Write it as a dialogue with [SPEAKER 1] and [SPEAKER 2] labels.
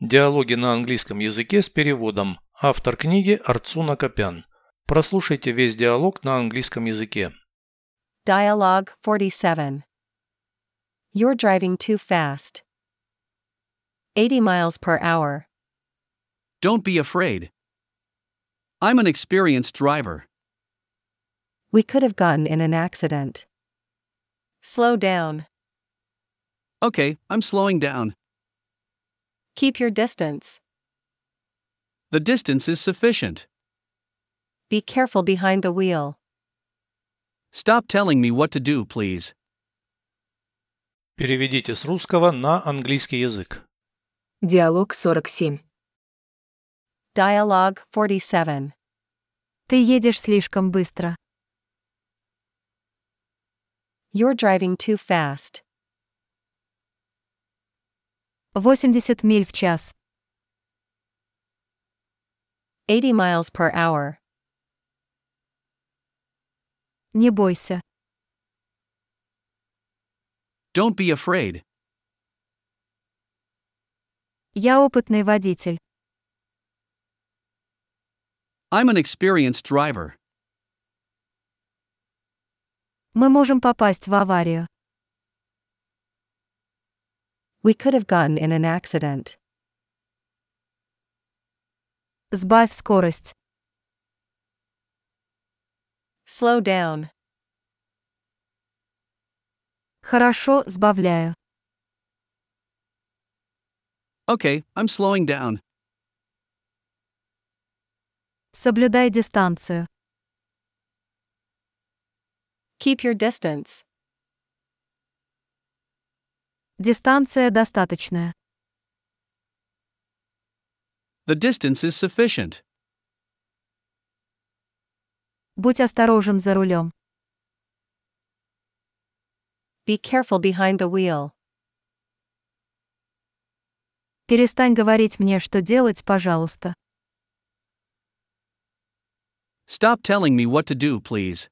[SPEAKER 1] Диалоги на английском языке с переводом. Автор книги Арцуна Копян. Прослушайте весь диалог на английском языке.
[SPEAKER 2] Dialogue 47. You're driving too fast. 80 miles per hour.
[SPEAKER 3] Don't be afraid. I'm an experienced driver.
[SPEAKER 2] We could have gotten in an accident. Slow down.
[SPEAKER 3] Okay, I'm slowing down.
[SPEAKER 2] Keep your distance.
[SPEAKER 3] The distance is sufficient.
[SPEAKER 2] Be careful behind the wheel.
[SPEAKER 3] Stop telling me what to do, please.
[SPEAKER 1] Переведите с русского на английский язык.
[SPEAKER 4] Диалог 47.
[SPEAKER 2] Dialogue 47.
[SPEAKER 5] Ты едешь слишком быстро.
[SPEAKER 2] You're driving too fast.
[SPEAKER 5] 80 миль в час.
[SPEAKER 2] 80 miles per hour.
[SPEAKER 5] Не бойся.
[SPEAKER 3] Don't be afraid.
[SPEAKER 5] Я опытный водитель.
[SPEAKER 3] I'm an experienced driver.
[SPEAKER 5] Мы можем попасть в аварию.
[SPEAKER 2] We could have gotten in an accident.
[SPEAKER 5] Сбавь скорость.
[SPEAKER 2] Slow down.
[SPEAKER 5] Хорошо, сбавляю.
[SPEAKER 3] Okay, I'm slowing down.
[SPEAKER 5] Соблюдай дистанцию.
[SPEAKER 2] Keep your distance.
[SPEAKER 5] Дистанция достаточная.
[SPEAKER 3] The distance is sufficient.
[SPEAKER 5] Будь осторожен за рулем.
[SPEAKER 2] Be careful behind the wheel.
[SPEAKER 5] Перестань говорить мне, что делать, пожалуйста.
[SPEAKER 3] Stop telling me what to do, please.